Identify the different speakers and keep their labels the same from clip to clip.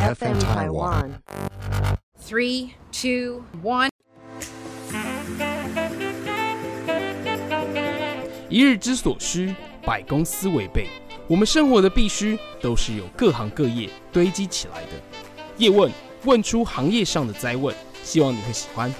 Speaker 1: FM Taiwan.
Speaker 2: Three, two, one.
Speaker 3: 一日之所需，百公司为备。我们生活的必须，都是由各行各业堆积起来的。叶问问出行业上的灾问，希望你会喜欢。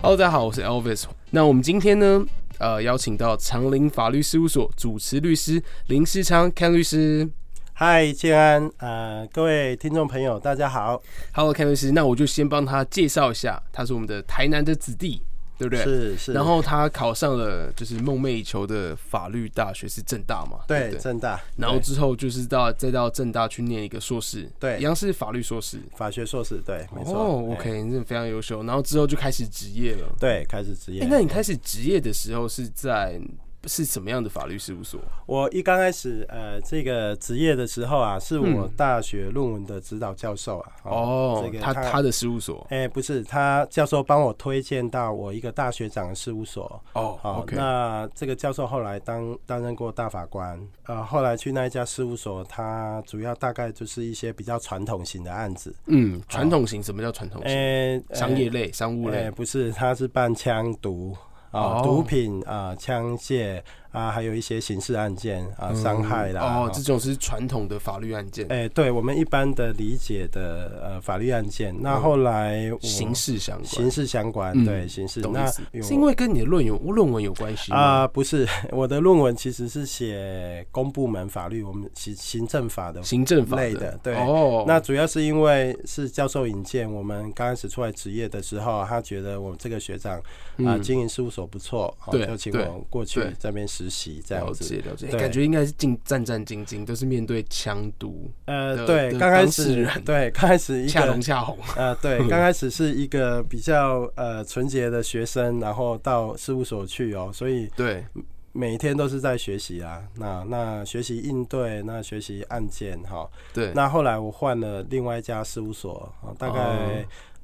Speaker 3: Hello，大家好，我是 Elvis。那我们今天呢，呃，邀请到长林法律事务所主持律师林世昌 Ken 律师。
Speaker 4: 嗨，建安，呃，各位听众朋友，大家好，
Speaker 3: Hello，Ken 律师，那我就先帮他介绍一下，他是我们的台南的子弟，对不对？
Speaker 4: 是是，
Speaker 3: 然后他考上了就是梦寐以求的法律大学，是正大嘛？对
Speaker 4: 对
Speaker 3: 不对。
Speaker 4: 正大，
Speaker 3: 然后
Speaker 4: 对
Speaker 3: 之后就是到再到正大去念一个硕士，
Speaker 4: 对
Speaker 3: 一样是法律硕士。
Speaker 4: 法学硕士，对，没错、
Speaker 3: 哦
Speaker 4: 哎
Speaker 3: ，OK，你真的非常优秀。然后之后就开始职业了。
Speaker 4: 对，开始职业。
Speaker 3: 哎，那你开始职业的时候是在是什么样的法律事务所？
Speaker 4: 我一刚开始呃这个职业的时候啊，是我
Speaker 3: 嗯
Speaker 4: 大学论文的指导教授啊，
Speaker 3: 哦
Speaker 4: 这，个
Speaker 3: 他
Speaker 4: 他
Speaker 3: 他的事务所。
Speaker 4: 哎、不是，他教授帮我推荐到我一个大学长的事务所。
Speaker 3: 哦
Speaker 4: 好、
Speaker 3: ，OK，
Speaker 4: 那这个教授后来当担任过大法官，呃，后来去那一家事务所，他主要大概就是一些比较传统型的案子，
Speaker 3: 嗯，传统型，什么叫传统型？
Speaker 4: 哎、呃
Speaker 3: 商业类、商务
Speaker 4: 哎、
Speaker 3: 类。
Speaker 4: 不是，他是办枪毒啊、
Speaker 3: 哦
Speaker 4: 毒品啊、枪械啊，还有一些刑事案件啊、伤害啦。
Speaker 3: 哦
Speaker 4: 啊，
Speaker 3: 这种是传统的法律案件，
Speaker 4: 哎、对我们一般的理解的呃法律案件，那后来我
Speaker 3: 嗯刑事相关。
Speaker 4: 刑事相关，
Speaker 3: 嗯
Speaker 4: 对刑事。
Speaker 3: 懂
Speaker 4: 那
Speaker 3: 意思？
Speaker 4: 有
Speaker 3: 是因为跟你的论有论文有关系吗
Speaker 4: 啊、？不是， 我的论文其实是写公部门法律，我们行行政法的。
Speaker 3: 行政法
Speaker 4: 类的对
Speaker 3: 哦，
Speaker 4: 那主要是因为是教授引荐，我们刚开始出来职业的时候，他觉得我这个学长啊，
Speaker 3: 嗯
Speaker 4: 经营事务所不错，哦
Speaker 3: 对
Speaker 4: 就请
Speaker 3: 对
Speaker 4: 我过去
Speaker 3: 对
Speaker 4: 这边实习这样
Speaker 3: 了
Speaker 4: 子。
Speaker 3: 解了解，哎
Speaker 4: 对
Speaker 3: 感觉应该是进战战兢兢，都是面对强毒，的
Speaker 4: 呃，对，
Speaker 3: 的
Speaker 4: 刚开
Speaker 3: 当事
Speaker 4: 始
Speaker 3: 人，
Speaker 4: 对，刚开始一
Speaker 3: 恰
Speaker 4: 个
Speaker 3: 龙，恰 红，
Speaker 4: 呃， 对，刚开始是一个比较呃纯洁的学生，然后到事务所去哦，所以
Speaker 3: 对，
Speaker 4: 每天都是在学习啊，那那学习应对，那学习案件哈。
Speaker 3: 对，
Speaker 4: 那后来我换了另外一家事务所，哦大概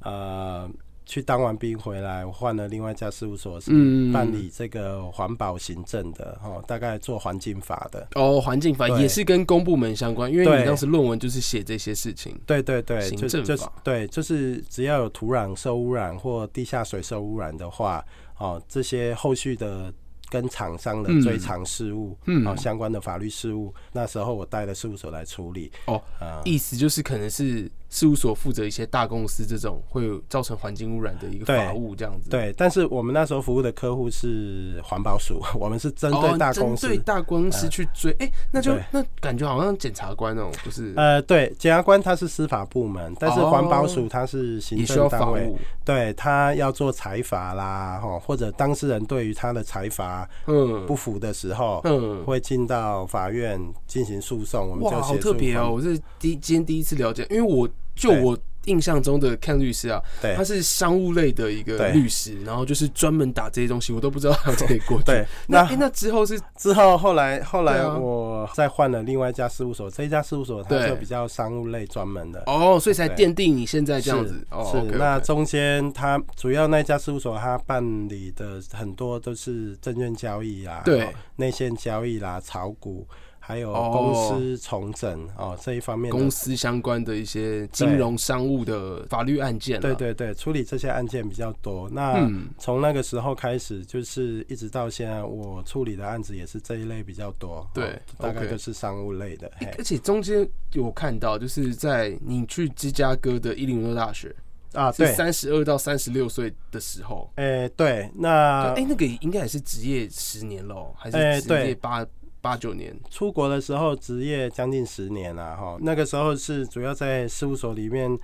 Speaker 3: 哦
Speaker 4: 呃去当完兵回来，我换了另外一家事务所是
Speaker 3: 嗯
Speaker 4: 办理这个环保行政的哈，大概做环境法的。
Speaker 3: 哦，环境法
Speaker 4: 对
Speaker 3: 也是跟公部门相关，因为你
Speaker 4: 对
Speaker 3: 当时论文就是写这些事情，
Speaker 4: 对对对，
Speaker 3: 行
Speaker 4: 就
Speaker 3: 政
Speaker 4: 就是
Speaker 3: 法
Speaker 4: 对，就是只要有土壤受污染或地下水受污染的话，哦，这些后续的跟厂商的
Speaker 3: 嗯
Speaker 4: 追偿事务，
Speaker 3: 嗯
Speaker 4: 哦，相关的法律事务，那时候我带的事务所来处理。
Speaker 3: 哦，
Speaker 4: 啊、
Speaker 3: 意思就是可能是事务所负责一些大公司这种会有造成环境污染的一个
Speaker 4: 对
Speaker 3: 法务这样子，
Speaker 4: 对，但是我们那时候服务的客户是环保署， 我们是针对
Speaker 3: 哦
Speaker 4: 大公司。嗯
Speaker 3: 针对大公司去追，哎、那就
Speaker 4: 对
Speaker 3: 那感觉好像检察官哦、就是
Speaker 4: 呃，对，检察官他是司法部门，但是环保
Speaker 3: 哦
Speaker 4: 署他是行
Speaker 3: 也需
Speaker 4: 政
Speaker 3: 要法
Speaker 4: 单位，
Speaker 3: 务，
Speaker 4: 对他要做裁罚啦，哈，或者当事人对于他的裁罚
Speaker 3: 嗯，
Speaker 4: 不服的时候，
Speaker 3: 嗯，
Speaker 4: 会进到法院进行诉讼，我们就
Speaker 3: 哇，好
Speaker 4: 协
Speaker 3: 特
Speaker 4: 助
Speaker 3: 别哦！
Speaker 4: 方。
Speaker 3: 我是第今天第一次了解，因为我就
Speaker 4: 对
Speaker 3: 我印象中的看律师啊，
Speaker 4: 对
Speaker 3: 他是商务类的一个
Speaker 4: 对
Speaker 3: 律师，然后就是专门打这些东西，我都不知道他这里过去。
Speaker 4: 对，
Speaker 3: 那
Speaker 4: 那
Speaker 3: 诶那之后是
Speaker 4: 之后后来后
Speaker 3: 对
Speaker 4: 来
Speaker 3: 啊
Speaker 4: 我再换了另外一家事务所，这一家事务所它
Speaker 3: 对
Speaker 4: 就比较商务类专门的。
Speaker 3: 哦，所以才
Speaker 4: 对
Speaker 3: 奠定你现在这样子
Speaker 4: 是
Speaker 3: 哦。
Speaker 4: 是
Speaker 3: OK，OK
Speaker 4: 那中间它主要那一家事务所，它办理的很多都是证券交易啦，
Speaker 3: 对
Speaker 4: 哦内线交易啦，炒股，还有
Speaker 3: 哦
Speaker 4: 公司重整哦这一方面的
Speaker 3: 公司相关的一些金融商务的法律案件、啊，
Speaker 4: 对，对对，处理这些案件比较多。那
Speaker 3: 嗯
Speaker 4: 从那个时候开始，就是一直到现在，我处理的案子也是这一类比较多。
Speaker 3: 对
Speaker 4: 哦大概
Speaker 3: OK
Speaker 4: 就是商务类的。嘿
Speaker 3: 而且中间有看到，就是在你去芝加哥的伊利诺大学，
Speaker 4: 啊，
Speaker 3: 是
Speaker 4: 对，
Speaker 3: 三十二到三十六岁的时候，
Speaker 4: 哎，对，那
Speaker 3: 哎、那个应该也是职业十年喽，还
Speaker 4: 哎
Speaker 3: 是职业
Speaker 4: 对
Speaker 3: 八八九年？
Speaker 4: 出国的时候职业将近十年了、哈，那个时候是主要在事务所里面，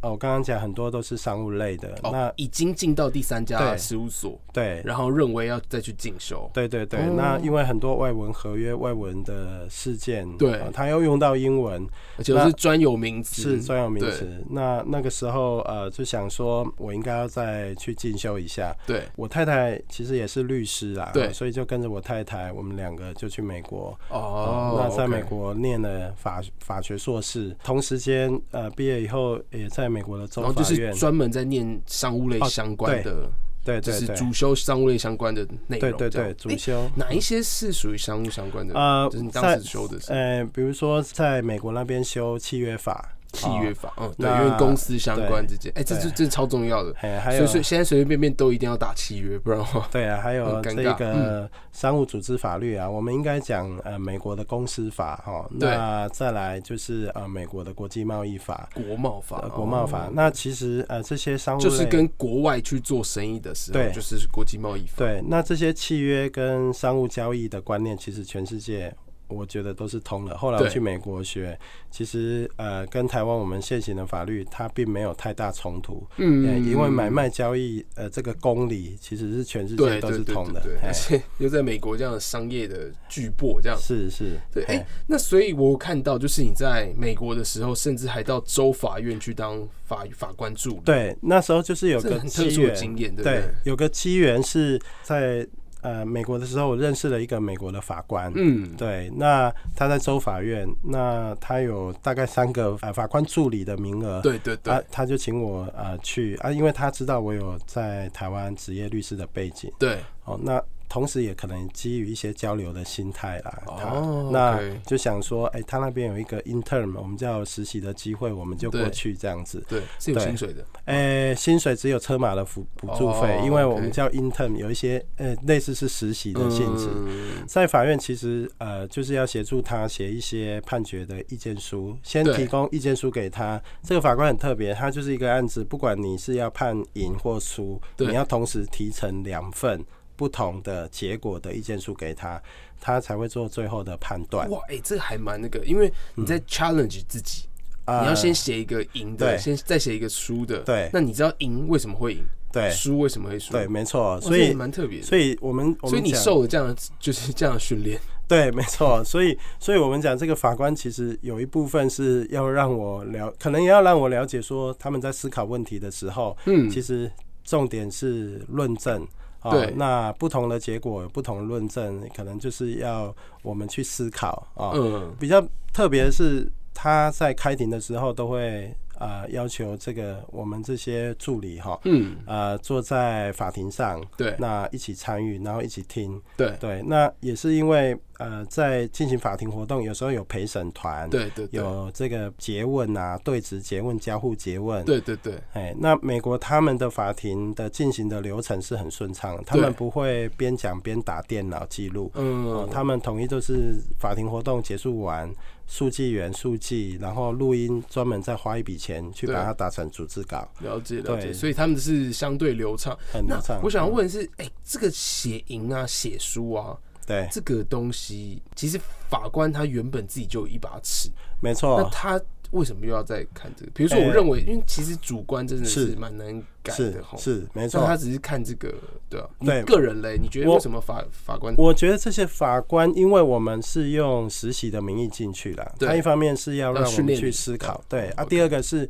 Speaker 4: 呃我刚刚讲很多都是商务类的。
Speaker 3: 哦
Speaker 4: 那，
Speaker 3: 已经进到第三家
Speaker 4: 对
Speaker 3: 事务所，
Speaker 4: 对，
Speaker 3: 然后认为要再去进修。
Speaker 4: 对对对，
Speaker 3: 哦
Speaker 4: 那因为很多外文合约、外文的事件，
Speaker 3: 对
Speaker 4: 呃它要用到英文，
Speaker 3: 而且是专有名词，
Speaker 4: 是专有名
Speaker 3: 对
Speaker 4: 词。那那个时候，呃，就想说我应该要再去进修一下。
Speaker 3: 对，
Speaker 4: 我太太其实也是律师啦，
Speaker 3: 对
Speaker 4: 所以就跟着我太太，我们两个就去美国。
Speaker 3: 哦，
Speaker 4: 那在
Speaker 3: OK
Speaker 4: 美，国念了法法学硕士，同时间呃毕业以后也在美国的州
Speaker 3: 哦然后就
Speaker 4: 法
Speaker 3: 是
Speaker 4: 院。哦
Speaker 3: 专门在念商务类相关的
Speaker 4: 对
Speaker 3: 就
Speaker 4: 对
Speaker 3: 是
Speaker 4: 对
Speaker 3: 主修商务类相关的内
Speaker 4: 对
Speaker 3: 容。
Speaker 4: 对
Speaker 3: 这样
Speaker 4: 对，主
Speaker 3: 诶
Speaker 4: 修。
Speaker 3: 哪一些是属于商务相关的？
Speaker 4: 呃
Speaker 3: 就是你当
Speaker 4: 在
Speaker 3: 时修的是
Speaker 4: 呃，比如说在美国那边修契约法，
Speaker 3: 契约法，嗯，对，
Speaker 4: 那
Speaker 3: 因为公司相关之间，哎，这
Speaker 4: 对
Speaker 3: 这这超重要的。
Speaker 4: 哎，还
Speaker 3: 所
Speaker 4: 有
Speaker 3: 以，所以现在随随便便都一定要打契约，不然的话，
Speaker 4: 对啊，还有
Speaker 3: 很尴
Speaker 4: 这
Speaker 3: 尬嗯
Speaker 4: 个商务组织法律啊，我们应该讲呃美国的公司法哈，
Speaker 3: 对
Speaker 4: 那再来就是呃美国的国际贸易法、
Speaker 3: 国贸法
Speaker 4: 呃、、国贸法
Speaker 3: 哦，
Speaker 4: 那其实呃这些商务
Speaker 3: 就是
Speaker 4: 类
Speaker 3: 跟国外去做生意的时候，
Speaker 4: 对
Speaker 3: 就是国际贸易法。
Speaker 4: 对，那这些契约跟商务交易的观念，其实全世界我觉得都是通的。后来我
Speaker 3: 对
Speaker 4: 去美国学，其实呃，跟台湾我们现行的法律它并没有太大冲突。
Speaker 3: 嗯
Speaker 4: 呃因为买卖交易呃这个公理其实是全世界
Speaker 3: 对
Speaker 4: 都
Speaker 3: 对
Speaker 4: 是
Speaker 3: 对
Speaker 4: 通
Speaker 3: 对
Speaker 4: 的哎
Speaker 3: 对，。
Speaker 4: 嘿
Speaker 3: 而且又在美国这样的商业的巨擘这样。
Speaker 4: 是是，
Speaker 3: 对，哎、
Speaker 4: 嘿
Speaker 3: 那所以我看到就是你在美国的时候，甚至还到州法院去当法法官助理，，
Speaker 4: 对，那时候就是有
Speaker 3: 这
Speaker 4: 个
Speaker 3: 很特
Speaker 4: 机
Speaker 3: 殊的
Speaker 4: 缘，
Speaker 3: 经验，对不
Speaker 4: 对
Speaker 3: 对？，
Speaker 4: 有个机缘是在呃美国的时候，我认识了一个美国的法官。
Speaker 3: 嗯，
Speaker 4: 对，那他在州法院，那他有大概三个呃法官助理的名额，
Speaker 3: 对对对，
Speaker 4: 啊，他就请我呃去啊，因为他知道我有在台湾职业律师的背景，
Speaker 3: 对，
Speaker 4: 哦，那同时也可能基于一些交流的心态啦，他、
Speaker 3: 哦
Speaker 4: 那
Speaker 3: OK
Speaker 4: 就想说，哎、他那边有一个 intern，我们叫实习的机会，我们就过
Speaker 3: 对
Speaker 4: 去这样子，
Speaker 3: 对，是有
Speaker 4: 对啊
Speaker 3: 薪水的，
Speaker 4: 诶、呃薪水只有车马的补补助费，
Speaker 3: 哦
Speaker 4: 因为我们
Speaker 3: OK
Speaker 4: 叫 intern，有一些呃类似是实习的性质。
Speaker 3: 嗯
Speaker 4: 在法院其实呃就是要协助他写一些判决的意见书，先
Speaker 3: 对
Speaker 4: 提供意见书给他。这个法官很特别，他就是一个案子，不管你是要判赢或输，
Speaker 3: 对
Speaker 4: 你要同时提成两份不同的结果的意见书给他，他才会做最后的判断。
Speaker 3: 哇，哎、这还蛮那个，因为你在 challenge 自己，
Speaker 4: 嗯啊
Speaker 3: 你要先写一个赢的，
Speaker 4: 对
Speaker 3: 先再写一个输的，
Speaker 4: 对
Speaker 3: 那你知道赢为什么会赢，
Speaker 4: 对
Speaker 3: 输为什么会输，
Speaker 4: 对，
Speaker 3: 哇，
Speaker 4: 没错，
Speaker 3: 这
Speaker 4: 所
Speaker 3: 也
Speaker 4: 以。
Speaker 3: 蛮特别的，
Speaker 4: 所以我们，我们
Speaker 3: 所以你
Speaker 4: 讲
Speaker 3: 受了这样的就是这样的 训练，
Speaker 4: 对，没错，所以，所以我们讲这个法官，其实有一部分是要让我了，可能也要让我了解说他们在思考问题的时候，
Speaker 3: 嗯
Speaker 4: 其实重点是论证。啊
Speaker 3: 对
Speaker 4: 那不同的结果、有不同的论证，可能就是要我们去思考啊。
Speaker 3: 嗯，
Speaker 4: 比较特别的是，他在开庭的时候都会呃要求这个我们这些助理哈，
Speaker 3: 嗯，
Speaker 4: 呃坐在法庭上，
Speaker 3: 对
Speaker 4: 那一起参与，然后一起听。
Speaker 3: 对
Speaker 4: 对，那也是因为呃，在进行法庭活动，有时候有陪审团，，
Speaker 3: 对对对
Speaker 4: 有这个诘问啊、对质诘问、交互诘问，，
Speaker 3: 对对对，
Speaker 4: 哎，那美国他们的法庭的进行的流程是很顺畅，他们不会边讲边打电脑记录。哦
Speaker 3: 嗯，，
Speaker 4: 他们统一都是法庭活动结束完，速记员速记，然后录音，专门再花一笔钱去把
Speaker 3: 对
Speaker 4: 它打成逐字稿，
Speaker 3: 了解了解，
Speaker 4: 对
Speaker 3: 所以他们是相对流畅。
Speaker 4: 很流
Speaker 3: 那
Speaker 4: 畅。
Speaker 3: 我想
Speaker 4: 嗯，
Speaker 3: 问的是，哎、这个写赢啊、写书啊，
Speaker 4: 对，
Speaker 3: 这个东西，其实法官他原本自己就有一把尺，
Speaker 4: 没
Speaker 3: 那
Speaker 4: 错，
Speaker 3: 他为什么又要再看这个？比如说，
Speaker 4: 哦哎
Speaker 3: 我认为，因为其实主观真的
Speaker 4: 是
Speaker 3: 是蛮难改
Speaker 4: 是
Speaker 3: 的吼。
Speaker 4: 是没错
Speaker 3: 但。他只是看这个，对啊，你
Speaker 4: 对
Speaker 3: 个人嘞，你觉得
Speaker 4: 我
Speaker 3: 为什么法法官
Speaker 4: 我觉得这些法官，因为我们是用实习的名义进去了，
Speaker 3: 对
Speaker 4: 他一方面是要让
Speaker 3: 要
Speaker 4: 我
Speaker 3: 训
Speaker 4: 们
Speaker 3: 练
Speaker 4: 去
Speaker 3: 你
Speaker 4: 思考，
Speaker 3: 对
Speaker 4: 对啊，
Speaker 3: OK
Speaker 4: 第二个是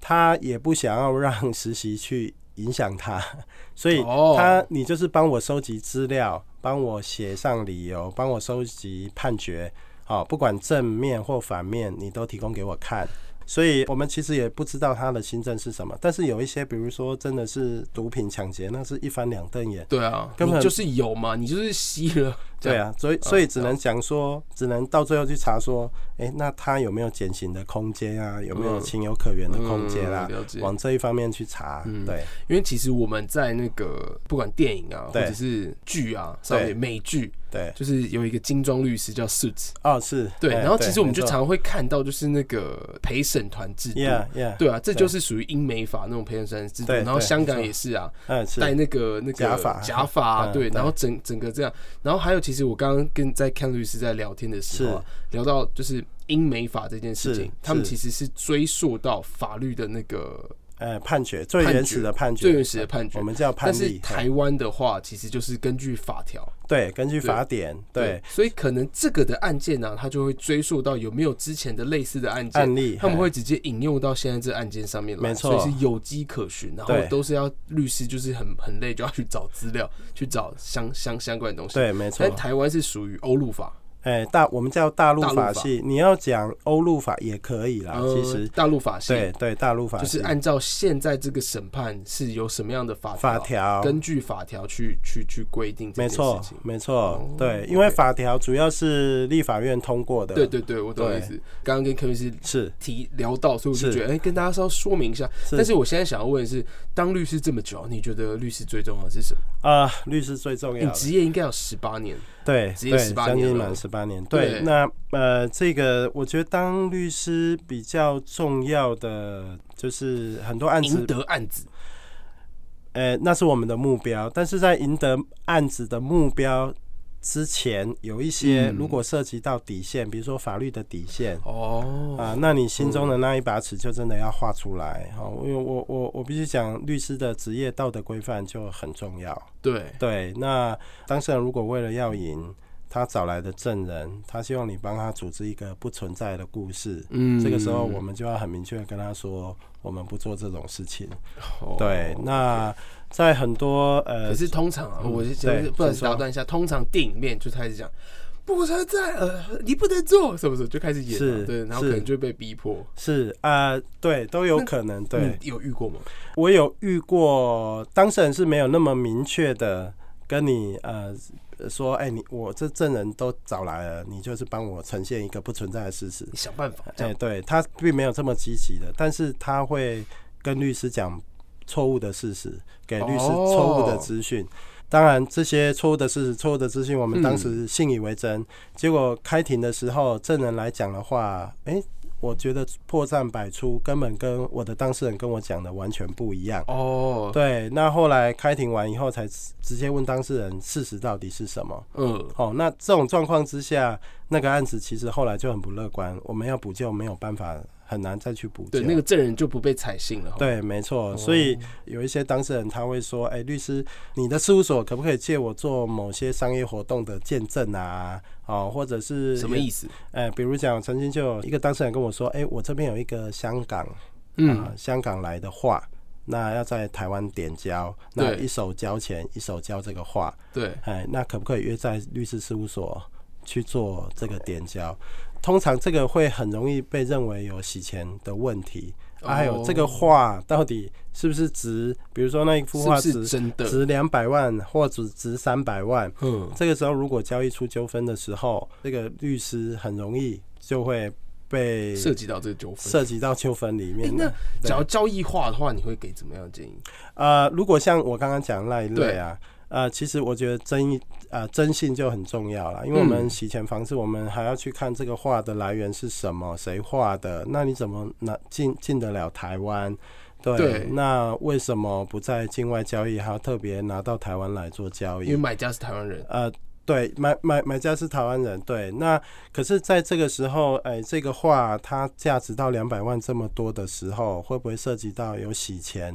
Speaker 4: 他也不想要让实习去影响他， 所以
Speaker 3: 哦
Speaker 4: 他你就是帮我收集资料，帮我写上理由，帮我收集判决，好、不管正面或反面，你都提供给我看。所以我们其实也不知道他的新政是什么，但是有一些，比如说真的是毒品抢劫，那是一翻两瞪眼，
Speaker 3: 对啊，
Speaker 4: 根本
Speaker 3: 你就是有嘛，你就是吸了，这
Speaker 4: 对
Speaker 3: 样，哦
Speaker 4: 啊，所以所以只能讲说，只能到最后去查说，哎、那他有没有减刑的空间啊？有没有
Speaker 3: 嗯
Speaker 4: 情有可原的空间啦、
Speaker 3: 嗯了解嗯
Speaker 4: 往这一方面去查，对
Speaker 3: 因为其实我们在那个不管电影啊，或
Speaker 4: 对
Speaker 3: 者是剧啊，上面美剧，
Speaker 4: 对，
Speaker 3: 就是有一个精装律师叫 Suits，
Speaker 4: 哦是，
Speaker 3: 对，
Speaker 4: 哎
Speaker 3: 然后其实我们
Speaker 4: 没
Speaker 3: 就
Speaker 4: 错
Speaker 3: 常会看到就是那个陪审团制度。
Speaker 4: ，yeah yeah，
Speaker 3: 对啊，这就是属于英美法那种陪审团制度，
Speaker 4: 对
Speaker 3: 然后
Speaker 4: 对
Speaker 3: 香港
Speaker 4: 没错
Speaker 3: 也是啊，
Speaker 4: 嗯
Speaker 3: 戴
Speaker 4: 是，
Speaker 3: 那个那个
Speaker 4: 假发
Speaker 3: 假发啊、
Speaker 4: 嗯
Speaker 3: 对，
Speaker 4: 对
Speaker 3: 然后整整个这样，然后还有其实我刚刚跟在 Ken 律师在聊天的时候、啊，聊到就是英美法这件事
Speaker 4: 是
Speaker 3: 情，他们
Speaker 4: 是
Speaker 3: 其实是追溯到法律的那个
Speaker 4: 呃判决最
Speaker 3: 判
Speaker 4: 原
Speaker 3: 决
Speaker 4: 始的判决，
Speaker 3: 最原始的判决
Speaker 4: 我们叫判
Speaker 3: 但是
Speaker 4: 例，
Speaker 3: 台湾的话，其实就是根据法条，
Speaker 4: 对，根据
Speaker 3: 对
Speaker 4: 法典对。
Speaker 3: 所以可能这个的案件呢、它就会追溯到有没有之前的类似的案件
Speaker 4: 案例
Speaker 3: 他们
Speaker 4: 嘿
Speaker 3: 会直接引用到现在这案件上面来，
Speaker 4: 没错
Speaker 3: 所以是有迹可循，然后
Speaker 4: 对
Speaker 3: 都是要律师就是很很累，就要去找资料，去找相相相关的东西。哎
Speaker 4: 对，没错
Speaker 3: 但。台湾是属于欧陆法，
Speaker 4: 哎、大我们叫大陆
Speaker 3: 大陆
Speaker 4: 法
Speaker 3: 法
Speaker 4: 系，你要讲欧陆法也可以啦。
Speaker 3: 呃
Speaker 4: 啊其实，
Speaker 3: 大陆法系
Speaker 4: 对对，大陆法
Speaker 3: 就是
Speaker 4: 系
Speaker 3: 按照现在这个审判是有什么样的法
Speaker 4: 法条，
Speaker 3: 根据法条去去去规定这
Speaker 4: 没
Speaker 3: 件事
Speaker 4: 错
Speaker 3: 情。
Speaker 4: 没错
Speaker 3: 哦，
Speaker 4: 对，因为
Speaker 3: OK
Speaker 4: 法条主要是立法院通过的，
Speaker 3: 对对对，我懂
Speaker 4: 对
Speaker 3: 意思。刚刚跟柯律师
Speaker 4: 是
Speaker 3: 提聊到，所以我就是觉得，哎、跟大家稍微说明一下。
Speaker 4: 是
Speaker 3: 但是我现在想要问的是，当律师这么久，你觉得律师最重要的是什么？
Speaker 4: 啊、律师最重
Speaker 3: 你
Speaker 4: 要的，
Speaker 3: 职业应该有十八年，
Speaker 4: 对
Speaker 3: 职业
Speaker 4: 对，
Speaker 3: 18
Speaker 4: 将
Speaker 3: 年
Speaker 4: 近
Speaker 3: 了
Speaker 4: 满十八年。
Speaker 3: 对
Speaker 4: 对，那呃，这个我觉得当律师比较重要的就是很多案
Speaker 3: 赢
Speaker 4: 子，
Speaker 3: 得案子，
Speaker 4: 呃，那是我们的目标，但是在赢得案子的目标。之前有一些，
Speaker 3: 嗯
Speaker 4: 如果涉及到底线，比如说法律的底线，
Speaker 3: 哦，
Speaker 4: 啊，那你心中的那一把尺就真的要画出来
Speaker 3: 嗯
Speaker 4: 哈、哦，因为我我我必须讲，律师的职业道德规范就很重要。
Speaker 3: 对，
Speaker 4: 对，那当事人如果为了要赢，他找来的证人，他希望你帮他组织一个不存在的故事，
Speaker 3: 嗯
Speaker 4: 这个时候我们就要很明确地跟他说，我们不做这种事情。
Speaker 3: 哦
Speaker 4: 对，那在很多呃
Speaker 3: 可，是通常啊，
Speaker 4: 嗯
Speaker 3: 我就
Speaker 4: 对
Speaker 3: 不好意
Speaker 4: 请
Speaker 3: 思
Speaker 4: 说
Speaker 3: 打断一下，通常电影面就开始讲。不存在，呃，你不能做，是不是？就开始演了，
Speaker 4: 是
Speaker 3: 对，然后
Speaker 4: 是
Speaker 3: 可能就被逼迫。
Speaker 4: 是啊、对，都有可能。对，
Speaker 3: 你有遇过吗？
Speaker 4: 我有遇过，当事人是没有那么明确的跟你呃说，哎、你我这证人都找来了，你就是帮我呈现一个不存在的事实
Speaker 3: 你。想办法，这
Speaker 4: 哎、
Speaker 3: 样
Speaker 4: 对他并没有这么积极的，但是他会跟律师讲错误的事实，给律师
Speaker 3: 哦
Speaker 4: 错误的资讯。当然，这些错误的事实、错误的资讯，我们
Speaker 3: 嗯
Speaker 4: 当时信以为真。结果开庭的时候，证人来讲的话，哎、我觉得破绽百出，根本跟我的当事人跟我讲的完全不一样。
Speaker 3: 哦，
Speaker 4: 对，那后来开庭完以后，才直直接问当事人事实到底是什么。
Speaker 3: 嗯，
Speaker 4: 哦，那这种状况之下，那个案子其实后来就很不乐观，我们要补救没有办法，很难再去补救。
Speaker 3: 对，那个哦证人就不被采信了。，
Speaker 4: 对，没错。所以有一些当事人他会说：“哎、律师，你的事务所可不可以借我做某些商业活动的见证啊？哦，或者是
Speaker 3: 什么意思？
Speaker 4: 哎、比如讲，曾经就有一个当事人跟我说：‘哎、我这边有一个香港啊、
Speaker 3: 嗯，
Speaker 4: 香港来的画，那要在台湾点交，那
Speaker 3: 对
Speaker 4: 一手交钱，一手交这个画，
Speaker 3: 对，
Speaker 4: 哎，那可不可以约在律师事务所去做这个点交？通常这个会很容易被认为有洗钱的问题。啊、还
Speaker 3: 哦
Speaker 4: 有这个画到底是不是值？比如说那一幅画
Speaker 3: 是不
Speaker 4: 值
Speaker 3: 是真的？
Speaker 4: 值两百万，或者值三百万，
Speaker 3: 嗯，
Speaker 4: 这个时候如果交易出纠纷的时候，这个律师很容易就会被
Speaker 3: 涉及到这个纠纷。
Speaker 4: 涉及到纠纷里
Speaker 3: 诶
Speaker 4: 面了。
Speaker 3: 那
Speaker 4: 对
Speaker 3: 只要交易化的话，你会给怎么样的建议？
Speaker 4: 呃，如果像我刚刚讲的那一类啊，呃，其实我觉得真议呃征信就很重要了，因为我们
Speaker 3: 嗯
Speaker 4: 洗钱防治，我们还要去看这个画的来源是什么，谁画的，那你怎么拿进进得了台湾？对，
Speaker 3: 对
Speaker 4: 那为什么不在境外交易，还要特别拿到台湾来做交
Speaker 3: 因为
Speaker 4: 易？
Speaker 3: 买家是台湾人，
Speaker 4: 呃，对，买买买家是台湾人，对，那可是在这个时候，哎、这个画它价值到两百万这么多的时候，会不会涉及到有洗钱？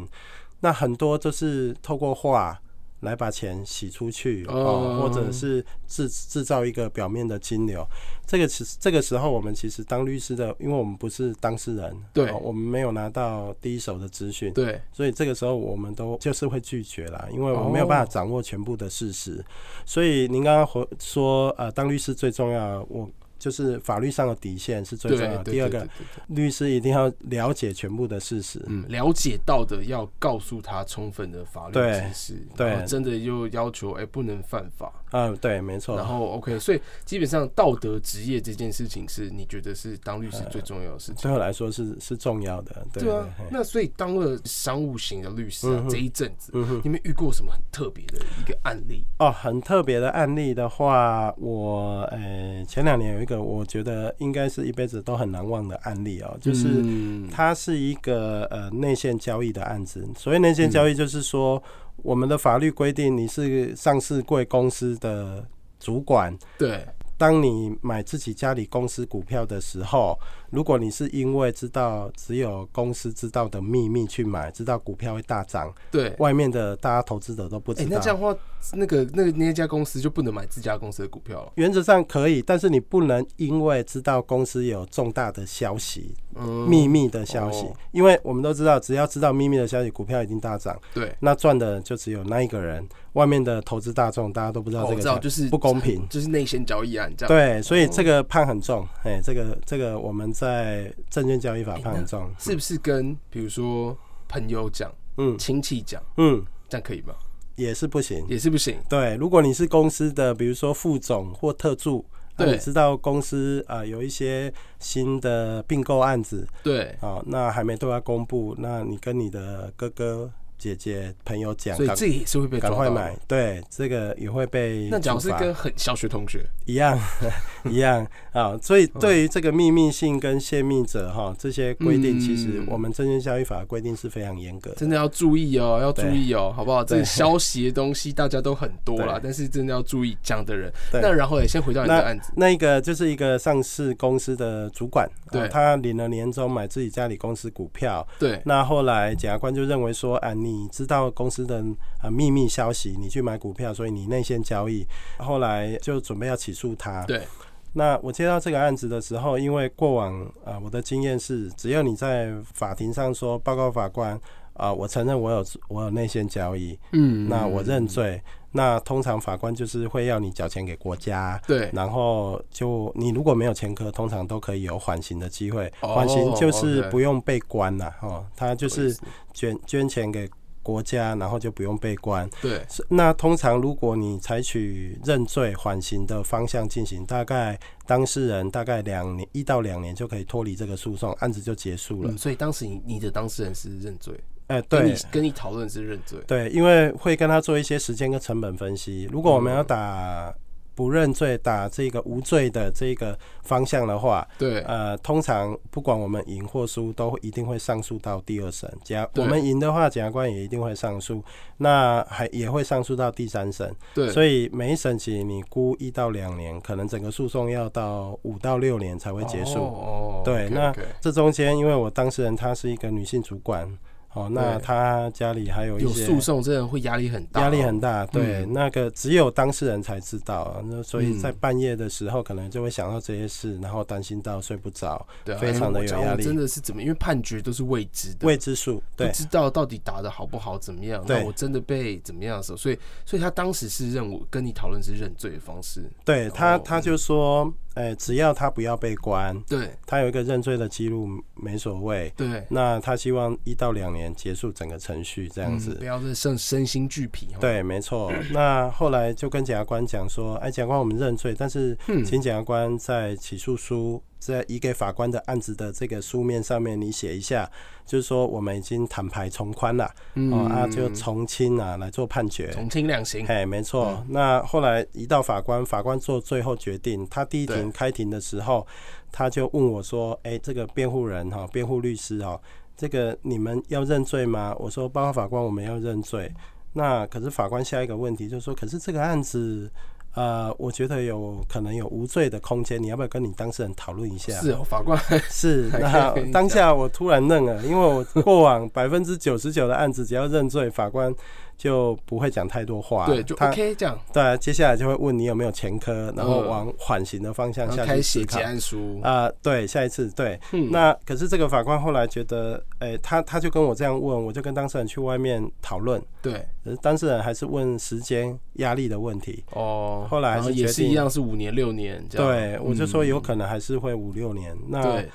Speaker 4: 那很多就是透过画来把钱洗出去哦，
Speaker 3: 哦
Speaker 4: 或者是制制造一个表面的金流。这个其实这个时候，我们其实当律师的，因为我们不是当事人，
Speaker 3: 对
Speaker 4: 哦我们没有拿到第一手的资讯，
Speaker 3: 对，
Speaker 4: 所以这个时候我们都就是会拒绝啦，因为我没有办法掌握全部的事实。所以您刚刚回说，呃，当律师最重要，我就是法律上的底线是最
Speaker 3: 对
Speaker 4: 重要
Speaker 3: 对
Speaker 4: 的。
Speaker 3: 对
Speaker 4: 第二
Speaker 3: 对
Speaker 4: 个，
Speaker 3: 对对
Speaker 4: 律师一定要了解全部的事实。
Speaker 3: 嗯，了解到的要告诉他充分的法律
Speaker 4: 对
Speaker 3: 知识，
Speaker 4: 对
Speaker 3: 然后真的又要求哎、不能犯法，
Speaker 4: 嗯，对，没错
Speaker 3: 然。后 OK，所以基本上道德职业这件事情是你觉得是当律师最重要的事情。
Speaker 4: 对我来说是是重要的。嗯对
Speaker 3: 对啊，
Speaker 4: 嘿
Speaker 3: 那所以当了商务型的律师啊
Speaker 4: 嗯，哼
Speaker 3: 这一阵子，
Speaker 4: 嗯哼
Speaker 3: 你们遇过什么很特别的一个案例？
Speaker 4: 哦，很特别的案例的话，我呃、前两年有一个我觉得应该是一辈子都很难忘的案例哦，就是。
Speaker 3: 嗯
Speaker 4: 它是一个呃内线交易的案子。所谓内线
Speaker 3: 嗯
Speaker 4: 交易，就是说、我们的法律规定，你是上市贵公司的主管，
Speaker 3: 对，
Speaker 4: 当你买自己家里公司股票的时候，如果你是因为知道只有公司知道的秘密去买，知道股票会大涨，
Speaker 3: 对，
Speaker 4: 外面的大家投资者都不
Speaker 3: 哎、
Speaker 4: 知道。
Speaker 3: 那这样的话，那个那个那家公司就不能买自家公司的股票了。
Speaker 4: 原则上可以，但是你不能因为知道公司有重大的消息，
Speaker 3: 嗯
Speaker 4: 秘密的消息
Speaker 3: 哦，
Speaker 4: 因为我们都知道，只要知道秘密的消息，股票一定大涨。
Speaker 3: 对，
Speaker 4: 那赚的就只有那一个人，外面的投资大众大家都不知道
Speaker 3: 哦
Speaker 4: 这
Speaker 3: 我
Speaker 4: 个
Speaker 3: 知
Speaker 4: 价、
Speaker 3: 道就是
Speaker 4: 不公平。
Speaker 3: 就是内线交易案这样。哦
Speaker 4: 对，所以这个判很重，哎、这个这个我们在证券交易法判很重，
Speaker 3: 是不是跟比如说朋友讲、
Speaker 4: 嗯
Speaker 3: 亲戚讲，
Speaker 4: 嗯，
Speaker 3: 这样可以吗？
Speaker 4: 也是不行。
Speaker 3: 也是不行。
Speaker 4: 对，如果你是公司的，比如说副总或特助，那
Speaker 3: 对
Speaker 4: 你知道公司啊、呃有一些新的并购案子，
Speaker 3: 对，
Speaker 4: 哦，那还没对外公布，那你跟你的哥哥、姐姐、朋友讲，
Speaker 3: 所以
Speaker 4: 赶
Speaker 3: 这也是会被抓
Speaker 4: 赶快
Speaker 3: 到的
Speaker 4: 买，。对，这个也会被
Speaker 3: 那假如
Speaker 4: 处
Speaker 3: 是
Speaker 4: 罚
Speaker 3: 跟很小学同学，
Speaker 4: 一样 一样啊、所以
Speaker 3: 嗯
Speaker 4: 对于这个秘密性跟泄密者哈、这些规定，其实
Speaker 3: 嗯
Speaker 4: 我们证券交易法的规定是非常严格的。
Speaker 3: 真的要注意哦，要注意哦，好不好？这个
Speaker 4: 对
Speaker 3: 消息的东西大家都很多啦
Speaker 4: 对，
Speaker 3: 但是真的要注意讲的人。
Speaker 4: 对
Speaker 3: 那然后也先回到你的案子，
Speaker 4: 那一个就是一个上市公司的主管，啊
Speaker 3: 对
Speaker 4: 他领了年终买自己家里公司股票，
Speaker 3: 对，
Speaker 4: 那后来检察官就认为说，啊，你知道公司的啊秘密消息，你去买股票，所以你内线交易。后来就准备要起诉他。
Speaker 3: 对。
Speaker 4: 那我接到这个案子的时候，因为过往啊、呃我的经验是，只要你在法庭上说报告法官啊、我承认我有我有内线交易，
Speaker 3: 嗯
Speaker 4: 那我认罪，那通常法官就是会要你缴钱给国家，
Speaker 3: 对，
Speaker 4: 然后就你如果没有前科，通常都可以有缓刑的机会。
Speaker 3: 哦
Speaker 4: 缓刑就是
Speaker 3: ，OK
Speaker 4: 不用被关了哦，他就
Speaker 3: 我意
Speaker 4: 是
Speaker 3: 思
Speaker 4: 捐捐钱给国家，然后就不用被关。
Speaker 3: 对，
Speaker 4: 是那通常如果你采取认罪缓刑的方向进行，大概当事人大概两年一到两年就可以脱离这个诉讼，案子就结束了
Speaker 3: 嗯，。所以当时你你的当事人是认罪，
Speaker 4: 哎、
Speaker 3: 跟
Speaker 4: 对
Speaker 3: 你。跟你讨论是认罪，
Speaker 4: 对，因为会跟他做一些时间跟成本分析。如果我们要打不认罪、打这个无罪的这个方向的话，
Speaker 3: 对，
Speaker 4: 呃，通常不管我们赢或输，都会一定会上诉到第二审。检察
Speaker 3: 对
Speaker 4: 我们赢的话，检察官也一定会上诉，那还也会上诉到第三审。
Speaker 3: 对，
Speaker 4: 所以每一审期你估一到两年，可能整个诉讼要到五到六年才会结束。
Speaker 3: 哦，哦
Speaker 4: 对
Speaker 3: OK，
Speaker 4: 那
Speaker 3: OK
Speaker 4: 这中间，因为我当事人她是一个女性主管，哦，那
Speaker 3: 对
Speaker 4: 她家里还有一
Speaker 3: 有
Speaker 4: 些
Speaker 3: 诉讼真的会压力很大哦，
Speaker 4: 压力很大，对、
Speaker 3: 嗯
Speaker 4: 那个只有当事人才知道啊，那所以
Speaker 3: 嗯
Speaker 4: 在半夜的时候可能就会想到这些事，然后担心到睡不着，
Speaker 3: 对啊，
Speaker 4: 非常的
Speaker 3: 哎我
Speaker 4: 有
Speaker 3: 讲
Speaker 4: 压
Speaker 3: 我
Speaker 4: 力
Speaker 3: 真的是怎么？因为判决都是未知的，
Speaker 4: 未知数，
Speaker 3: 不
Speaker 4: 对
Speaker 3: 知道到底打的好不好，怎么样？
Speaker 4: 对
Speaker 3: 那我真的被怎么样的时候，所以所以他当时是认我跟你讨论是认罪的方式，
Speaker 4: 对，他
Speaker 3: 哦
Speaker 4: 他就说，呃，只要他不要被关，
Speaker 3: 对
Speaker 4: 他有一个认罪的记录没所谓，
Speaker 3: 对，
Speaker 4: 那他希望一到两年结束整个程序这
Speaker 3: 这
Speaker 4: 样子。
Speaker 3: 嗯不要是身身心俱疲哦，
Speaker 4: 对，没 错。那后来就跟检察官讲说，哎，检察官，我们认罪，但是
Speaker 3: 嗯
Speaker 4: 请检察官在起诉书在移给法官的案子的这个书面上面，你写一下，就是说我们已经坦白从宽了，
Speaker 3: 嗯，
Speaker 4: 哦啊，就从轻啊来做判决。
Speaker 3: 从轻量刑，
Speaker 4: 哎，没错。
Speaker 3: 嗯
Speaker 4: 那后来移到法官，法官做最后决定。他第一
Speaker 3: 对
Speaker 4: 庭开庭的时候，他就问我说：“哎、这个辩护人哈，辩护律师哈，这个你们要认罪吗？”我说：“报告法官，我们要认罪。”那可是法官下一个问题就是说：“可是这个案子，呃，我觉得有可能有无罪的空间，你要不要跟你当事人讨论一下？”
Speaker 3: 是哦，法官，
Speaker 4: 是，
Speaker 3: 还
Speaker 4: 那
Speaker 3: 可以跟你
Speaker 4: 当
Speaker 3: 讲
Speaker 4: 下我突然愣了，因为我过往百分之九十九的案子，只要认罪，法官就不会讲太多话，
Speaker 3: 对，就
Speaker 4: 他
Speaker 3: OK 这样，
Speaker 4: 对啊，接下来就会问你有没有前科，然后
Speaker 3: 嗯
Speaker 4: 往缓刑的方向
Speaker 3: 然后
Speaker 4: 下
Speaker 3: 嗯开
Speaker 4: 去
Speaker 3: 始
Speaker 4: 思
Speaker 3: 写
Speaker 4: 考
Speaker 3: 结。案书，
Speaker 4: 啊、对，下一次对，
Speaker 3: 嗯
Speaker 4: 那可是这个法官后来觉得，哎、他他就跟我这样问，我就跟当事人去外面讨论，
Speaker 3: 对
Speaker 4: 可是当事人还是问时间压力的问题，
Speaker 3: 哦，
Speaker 4: 后来还
Speaker 3: 然后
Speaker 4: 是
Speaker 3: 也
Speaker 4: 决
Speaker 3: 是一
Speaker 4: 定
Speaker 3: 样是五年六年这样，
Speaker 4: 对我就说
Speaker 3: 嗯
Speaker 4: 有可能还是会五六年，那
Speaker 3: 对，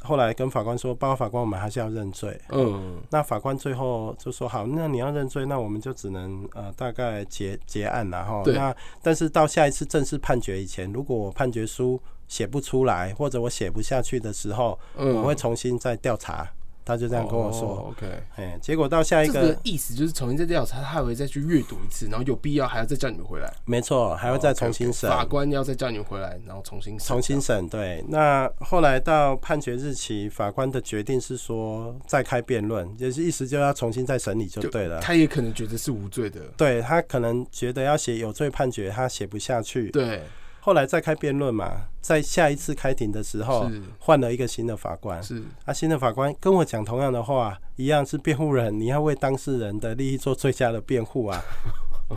Speaker 4: 后来跟法官说，报告法官，我们还是要认罪，
Speaker 3: 嗯，
Speaker 4: 那法官最后就说：“好，那你要认罪，那我们就只能呃大概结结案然后
Speaker 3: 对
Speaker 4: 那但是到下一次正式判决以前，如果我判决书写不出来，或者我写不下去的时候，
Speaker 3: 嗯
Speaker 4: 我会重新再调查。”他就这
Speaker 3: 这
Speaker 4: 样跟我说。
Speaker 3: 哦，OK。
Speaker 4: 哎、结果到下一
Speaker 3: 这
Speaker 4: 个，
Speaker 3: 个意思就是重新再调查，他还会再去阅读一次，然后有必要还要再叫你们回来。
Speaker 4: 没错，还会再重新审。
Speaker 3: 哦法官要再叫你们回来，然后重新审
Speaker 4: 重新审对，那后来到判决日期，法官的决定是说再开辩论，就是意思就要重新再审理就对了。
Speaker 3: 他也可能觉得是无罪的，
Speaker 4: 对他可能觉得要写有罪判决，他写不下去，
Speaker 3: 对，
Speaker 4: 后来再开辩论嘛，在下一次开庭的时候
Speaker 3: 是，
Speaker 4: 换了一个新的法官。
Speaker 3: 是，
Speaker 4: 啊，新的法官跟我讲同样的话，一样是辩护人，你要为 当事人的利益做最佳的辩护啊。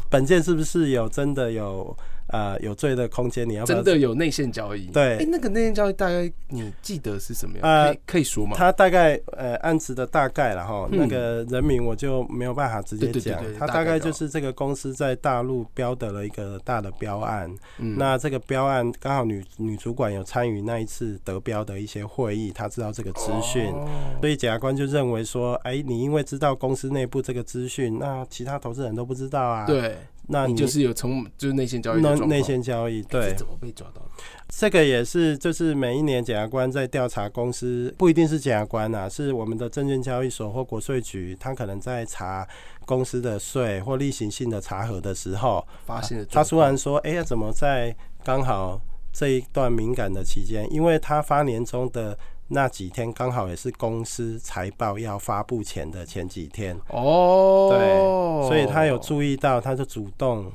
Speaker 4: 本件是不是有真的有呃有罪的空间，你要不要
Speaker 3: 真的有内线交易？
Speaker 4: 对
Speaker 3: 哎、那个内线交易大概你记得是什么样？
Speaker 4: 呃
Speaker 3: 可以可以说吗？
Speaker 4: 他大概呃案子的大概了哈，
Speaker 3: 嗯
Speaker 4: 那个人名我就没有办法直接
Speaker 3: 对对对
Speaker 4: 讲
Speaker 3: 对。
Speaker 4: 他
Speaker 3: 大
Speaker 4: 大
Speaker 3: 概
Speaker 4: 概
Speaker 3: 就好
Speaker 4: 就是这个公司在大陆标的了一个大的标案，
Speaker 3: 嗯
Speaker 4: 那这个标案刚好女女主管有参与那一次得标的一些会议，她知道这个资讯。
Speaker 3: 哦
Speaker 4: 所以检察官就认为说，哎，你因为知道公司内部这个资讯，那其他投资人都不知道啊。，
Speaker 3: 对，
Speaker 4: 那
Speaker 3: 你
Speaker 4: 你
Speaker 3: 就是有从就是内线交易
Speaker 4: 那
Speaker 3: 的状
Speaker 4: 内
Speaker 3: 况
Speaker 4: 线交易，
Speaker 3: 哎
Speaker 4: 对
Speaker 3: 这，怎么被抓到的？
Speaker 4: 这个也是，就是每一年检察官在调查公司，不一定是检察官啊，是我们的证券交易所或国税局，他可能在查公司的税或例行性的查核的时候，
Speaker 3: 发现的状
Speaker 4: 他
Speaker 3: 况？
Speaker 4: 突然说：“哎、呀，怎么在刚好这一段敏感的期间？因为他发年终的那几天，刚好也是公司财报要发布前的前几天，
Speaker 3: 哦，
Speaker 4: 对，所以他有注意到，他就主动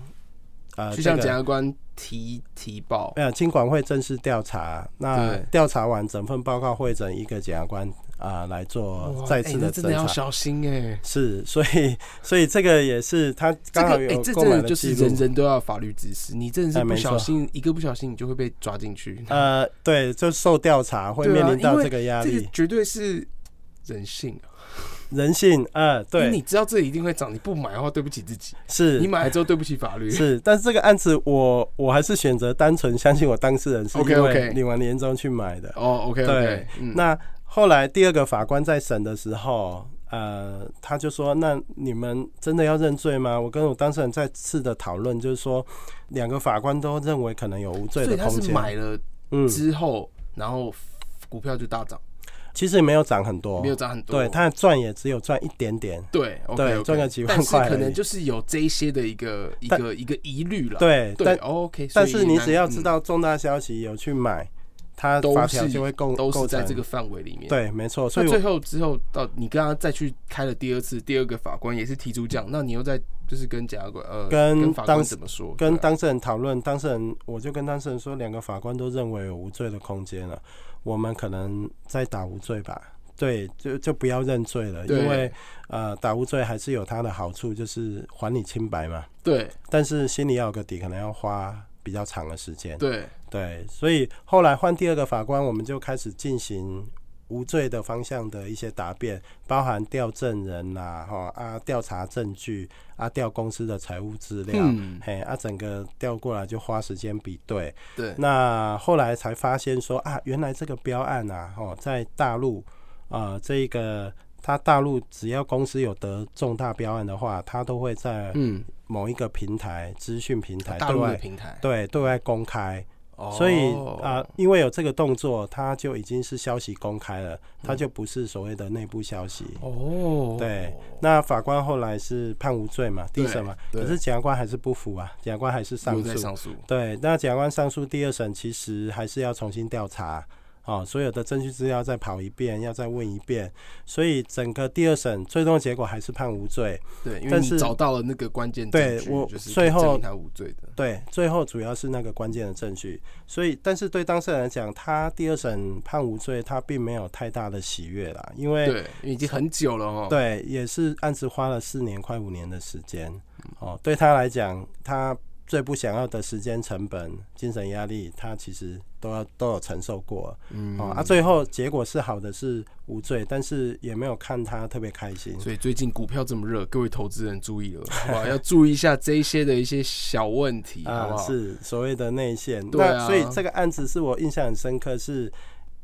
Speaker 4: 呃，
Speaker 3: 去向
Speaker 4: 这
Speaker 3: 检
Speaker 4: 个
Speaker 3: 察官提提报。
Speaker 4: 没有，经管会正式调查，那
Speaker 3: 对
Speaker 4: 调查完整份报告会整一个检察官啊、来做
Speaker 3: 哇
Speaker 4: 再
Speaker 3: 哎
Speaker 4: 次
Speaker 3: 那
Speaker 4: 的
Speaker 3: 真
Speaker 4: 侦
Speaker 3: 的要
Speaker 4: 查。
Speaker 3: 小心哎。
Speaker 4: 是，所以 所以这个也是他
Speaker 3: 这
Speaker 4: 刚
Speaker 3: 个
Speaker 4: 好
Speaker 3: 哎
Speaker 4: 有，
Speaker 3: 这
Speaker 4: 购
Speaker 3: 真
Speaker 4: 买
Speaker 3: 的
Speaker 4: 的
Speaker 3: 就是
Speaker 4: 记
Speaker 3: 人
Speaker 4: 录。
Speaker 3: 人都要有法律知识，你真的是
Speaker 4: 哎
Speaker 3: 不
Speaker 4: 没
Speaker 3: 小
Speaker 4: 错
Speaker 3: 心一个不小心你就会被抓进去。
Speaker 4: 呃，对，就受调查会
Speaker 3: 对啊
Speaker 4: 面临
Speaker 3: 因
Speaker 4: 到
Speaker 3: 为
Speaker 4: 这个压
Speaker 3: 这
Speaker 4: 力
Speaker 3: 个。绝对是人性啊，
Speaker 4: 人性，呃，
Speaker 3: 因为
Speaker 4: 对
Speaker 3: 你，知道这一定会涨，你不买的话对不起自己，
Speaker 4: 是
Speaker 3: 你买了之后对不起法律。
Speaker 4: 是，但是这个案子我我还是选择单纯相信我当事人是
Speaker 3: OK，
Speaker 4: 因
Speaker 3: OK
Speaker 4: 为领完年终去买的。
Speaker 3: 哦，OK
Speaker 4: 对
Speaker 3: OK，嗯，
Speaker 4: 那后来第二个法官在审的时候，呃，他就说：“那你们真的要认罪吗？”我跟我当事人再次的讨论，就是说两个法官都认为可能有无罪
Speaker 3: 所以
Speaker 4: 的
Speaker 3: 他
Speaker 4: 空
Speaker 3: 是买
Speaker 4: 间。
Speaker 3: 了
Speaker 4: 嗯，
Speaker 3: 之后，然后股票就大涨，
Speaker 4: 其实没有涨很多，
Speaker 3: 没有涨很多。
Speaker 4: 哦对，他赚也只有赚一点点。
Speaker 3: 对
Speaker 4: 对
Speaker 3: OK，
Speaker 4: 赚个几万
Speaker 3: 但是
Speaker 4: 块而
Speaker 3: 可能
Speaker 4: 已
Speaker 3: 就是有这一些的一个一
Speaker 4: 但
Speaker 3: 个一个疑虑了。
Speaker 4: 对，
Speaker 3: 对
Speaker 4: 但
Speaker 3: ，OK，
Speaker 4: 但
Speaker 3: 所
Speaker 4: 是
Speaker 3: 以
Speaker 4: 你
Speaker 3: 难
Speaker 4: 只要
Speaker 3: 嗯
Speaker 4: 知道重大消息有去买，他
Speaker 3: 都
Speaker 4: 法条
Speaker 3: 是
Speaker 4: 就会构
Speaker 3: 都
Speaker 4: 构
Speaker 3: 是在
Speaker 4: 成
Speaker 3: 这个范围里面。，
Speaker 4: 嗯对，没错。所
Speaker 3: 那
Speaker 4: 以我
Speaker 3: 最后之后到你跟他再去开了第二次，第二个法官也是提出这样，那你又在就是跟检察官呃
Speaker 4: 跟
Speaker 3: 跟法官
Speaker 4: 当
Speaker 3: 怎么说？
Speaker 4: 跟
Speaker 3: 对啊
Speaker 4: 当事人讨论，当事人我就跟当事人说，两个法官都认为有无罪的空间了，我们可能再打无罪吧。对，就就不要认罪了，
Speaker 3: 对
Speaker 4: 因为呃，打无罪还是有它的好处，就是还你清白嘛。
Speaker 3: 对
Speaker 4: 但是心里要有个底，可能要花比较长的时间。
Speaker 3: 对
Speaker 4: 对，所以后来换第二个法官，我们就开始进行无罪的方向的一些答辩，包含调证人啦、哈啊，调查证据啊，调公司的财务资料，
Speaker 3: 嗯
Speaker 4: 嘿啊，整个调过来就花时间比对。
Speaker 3: 对，
Speaker 4: 那后来才发现说啊，原来这个标案啊，哦，在大陆，呃，这个他大陆只要公司有得重大标案的话，他都会在
Speaker 3: 嗯，
Speaker 4: 某一个平台、资讯平台
Speaker 3: 大
Speaker 4: 对
Speaker 3: 陆的
Speaker 4: 外
Speaker 3: 平台，
Speaker 4: 对对外公开。
Speaker 3: 哦
Speaker 4: 所以啊、因为有这个动作，它就已经是消息公开了，它就不是所谓的内部消息。
Speaker 3: 哦，
Speaker 4: 对，那法官后来是判无罪嘛，第一审嘛，
Speaker 3: 对
Speaker 4: 可是检察官还是不服啊，检察官还是上
Speaker 3: 又在
Speaker 4: 诉。
Speaker 3: 上诉，
Speaker 4: 对，那检察官上诉第二审其实还是要重新调查。哦，所有的证据资料再跑一遍，要再问一遍，所以整个第二审最终结果还是判无罪。
Speaker 3: 对，因为
Speaker 4: 但
Speaker 3: 你
Speaker 4: 是
Speaker 3: 找到了那个关键证
Speaker 4: 对
Speaker 3: 据，
Speaker 4: 我
Speaker 3: 就是
Speaker 4: 最
Speaker 3: 证
Speaker 4: 后
Speaker 3: 明他无罪的，
Speaker 4: 对，最后主要是那个关键的证据，所以但是对当事人来讲，他第二审判无罪，他并没有太大的喜悦啦，因为
Speaker 3: 对，因为已经很久了哦，，
Speaker 4: 对也是案子花了四年快五年的时间哦，对他来讲，他最不想要的时间成本、精神压力，他其实都要都有承受过
Speaker 3: 嗯
Speaker 4: 哦，啊，最后结果是好的，是无罪，但是也没有看他特别开心，
Speaker 3: 所以最近股票这么热，各位投资人注意了，好 吧？要注意一下这一些的一些小问题，好不
Speaker 4: 啊，
Speaker 3: 好？
Speaker 4: 是所谓的内线。
Speaker 3: 对啊
Speaker 4: 那所以这个案子是我印象很深刻，是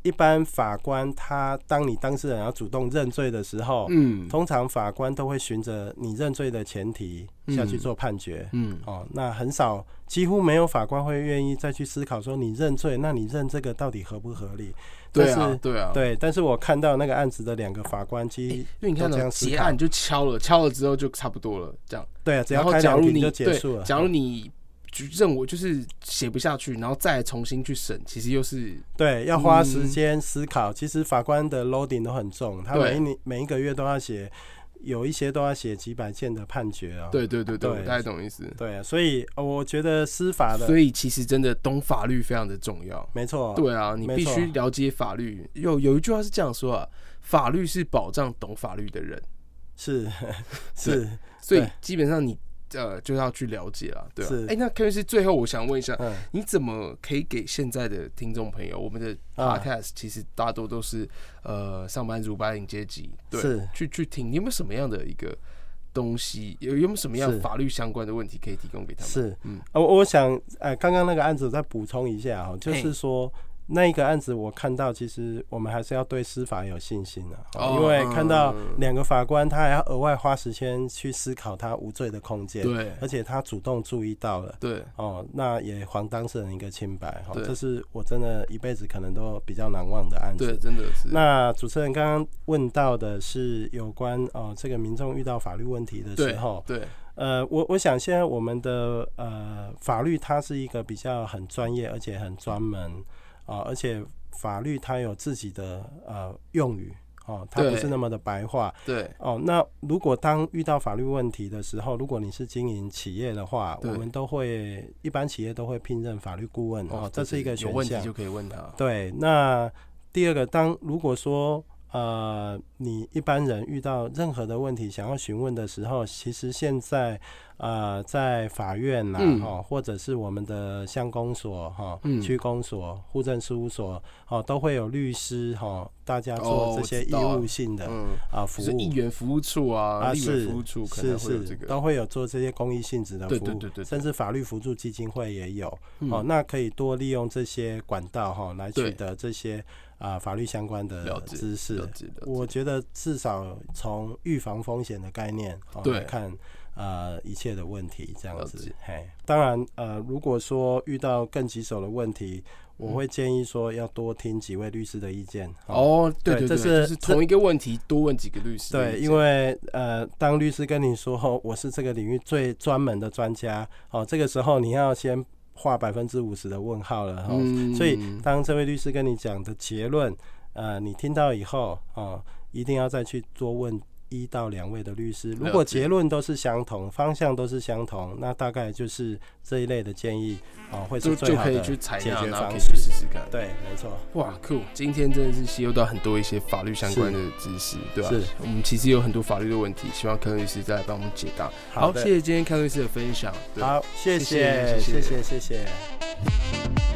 Speaker 4: 一般法官他当你当事人要主动认罪的时候，
Speaker 3: 嗯
Speaker 4: 通常法官都会循着你认罪的前提下去
Speaker 3: 嗯
Speaker 4: 做判决。
Speaker 3: 嗯，
Speaker 4: 哦，那很少，几乎没有法官会愿意再去思考说你认罪，那你认这个到底合不合理？
Speaker 3: 对
Speaker 4: 但
Speaker 3: 啊
Speaker 4: 是，
Speaker 3: 对啊，。
Speaker 4: 对，但是我看到那个案子的两个法官，其
Speaker 3: 因为你看
Speaker 4: 都这
Speaker 3: 到
Speaker 4: 样思
Speaker 3: 结
Speaker 4: 考
Speaker 3: 案就敲了，敲了之后就差不多了，这样。
Speaker 4: 对啊，只要
Speaker 3: 然后
Speaker 4: 开
Speaker 3: 假
Speaker 4: 两
Speaker 3: 如
Speaker 4: 庭
Speaker 3: 你
Speaker 4: 就结
Speaker 3: 对
Speaker 4: 束了。，
Speaker 3: 假如你就认为就是写不下去，然后再重新去审，其实又是
Speaker 4: 对，要花
Speaker 3: 嗯
Speaker 4: 时间思考。其实法官的 loading 都很重，他
Speaker 3: 对
Speaker 4: 每一年每一个月都要写，有一些都要写几百件的判决啊、
Speaker 3: 对对对对，我
Speaker 4: 对
Speaker 3: 大概懂意思。
Speaker 4: 对，所以呃我觉得司法的
Speaker 3: 所以其实真的懂法律非常的重要。
Speaker 4: 没错，
Speaker 3: 对啊，你
Speaker 4: 没
Speaker 3: 必
Speaker 4: 错
Speaker 3: 须了解法律。有有一句话是这样说啊，法 律是保障懂法律的人。
Speaker 4: 是是，
Speaker 3: 所以
Speaker 4: 对
Speaker 3: 基本上你呃就要去了解了，对吧、
Speaker 4: 是
Speaker 3: 哎、那 K 律师，最后我想问一下，
Speaker 4: 嗯
Speaker 3: 你怎么可以给现在的听众朋友，我们的
Speaker 4: 啊
Speaker 3: podcast 其实大多都是呃上班族白领阶级，对，
Speaker 4: 是
Speaker 3: 去去听，你有没有什么样的一个东西，有有没有什么样
Speaker 4: 是
Speaker 3: 法律相关的问题可以提供给他们？
Speaker 4: 是，
Speaker 3: 嗯
Speaker 4: 呃，我我想，呃，刚刚那个案子我再补充一下啊哈，就
Speaker 3: 嘿
Speaker 4: 是说。那一个案子，我看到其实我们还是要对司法有信心的、
Speaker 3: 哦
Speaker 4: 因为看到
Speaker 3: 嗯
Speaker 4: 两个法官，他还要额外花时间去思考他无罪的空间，
Speaker 3: 对
Speaker 4: 而且他主动注意到了，
Speaker 3: 对，
Speaker 4: 哦，那也还当事人一个清白，哈、
Speaker 3: 对
Speaker 4: 这是我真的一辈子可能都比较难忘的案子。
Speaker 3: 对，真的是，
Speaker 4: 那主持人刚刚问到的是有关哦，这个民众遇到法律问题的时
Speaker 3: 对
Speaker 4: 候，
Speaker 3: 对
Speaker 4: 呃，我我想现在我们的呃法律它是一个比较很专业，而且很专门啊、而且法律它有自己的呃用语哦，它不
Speaker 3: 对
Speaker 4: 是那么的白话
Speaker 3: 对
Speaker 4: 哦。那如果当遇到法律问题的时候，如果你是经营企业的话，我
Speaker 3: 对
Speaker 4: 们都会一般企业都会聘任法律顾问哦，这是一个
Speaker 3: 有
Speaker 4: 选
Speaker 3: 问题
Speaker 4: 项
Speaker 3: 就。可以问他，
Speaker 4: 对，那第二个，当如果说呃，你一般人遇到任何的问题想要询问的时候，其实现在呃，在法院呐、
Speaker 3: 嗯
Speaker 4: 哦，或者是我们的乡公所哈、
Speaker 3: 嗯
Speaker 4: 区公所、户政事务所哦，都会有律师哈、大家
Speaker 3: 哦
Speaker 4: 做
Speaker 3: 我
Speaker 4: 这些
Speaker 3: 知
Speaker 4: 义
Speaker 3: 道啊
Speaker 4: 务性的啊、
Speaker 3: 嗯，
Speaker 4: 服
Speaker 3: 就是
Speaker 4: 务
Speaker 3: 议员服务处啊，
Speaker 4: 啊
Speaker 3: 立委
Speaker 4: 是
Speaker 3: 服务处
Speaker 4: 是
Speaker 3: 可能会有这
Speaker 4: 是
Speaker 3: 个，
Speaker 4: 都会有做这些公益性质的服
Speaker 3: 对
Speaker 4: 务，
Speaker 3: 对对对对
Speaker 4: 甚至法律辅助基金会也有。
Speaker 3: 嗯
Speaker 4: 哦，那可以多利用这些管道哈、来
Speaker 3: 对
Speaker 4: 取得这些啊、法律相关的
Speaker 3: 了解
Speaker 4: 知
Speaker 3: 了
Speaker 4: 识。
Speaker 3: 解了解
Speaker 4: 我觉得至少从预防风险的概念、哦、
Speaker 3: 对
Speaker 4: 来看，呃，一切的问题这样
Speaker 3: 了
Speaker 4: 子
Speaker 3: 解。
Speaker 4: 嘿，当然，呃，如果说遇到更棘手的问题，我会建议说要多听几位律师的意见。
Speaker 3: 嗯哦，对
Speaker 4: 对
Speaker 3: 对
Speaker 4: 这
Speaker 3: 对，
Speaker 4: 是
Speaker 3: 就是
Speaker 4: 这
Speaker 3: 同一个问题多问几个律师的
Speaker 4: 对，
Speaker 3: 意见，
Speaker 4: 因为呃，当律师跟你说后，我是这个领域最专门的专家，哦，这个时候你要先画百分之五十的问号了哈、哦
Speaker 3: 嗯
Speaker 4: 所以 当这位律师跟你讲的结论，呃，你听到以后，哦，一定要再去多问。一到两位的律师，如果
Speaker 3: 了解
Speaker 4: 结论都是相同，方向都是相同，那大概就是这一类的建议哦，会
Speaker 3: 就是就
Speaker 4: 最好
Speaker 3: 可以
Speaker 4: 的
Speaker 3: 去
Speaker 4: 解
Speaker 3: 采纳，
Speaker 4: 决
Speaker 3: 然后可
Speaker 4: 方
Speaker 3: 以
Speaker 4: 式
Speaker 3: 去试。试看。
Speaker 4: 对，没错，
Speaker 3: 哇酷！今天真的是吸收到很多一些法律相关的知识，对吧、
Speaker 4: 是
Speaker 3: 我们其实有很多法律的问题，希望康律师再来帮我们解答。好，
Speaker 4: 的
Speaker 3: 谢谢今天康律师的分享。对
Speaker 4: 好，谢
Speaker 3: 谢谢
Speaker 4: 谢，
Speaker 3: 谢
Speaker 4: 谢
Speaker 3: 谢
Speaker 4: 谢，谢谢。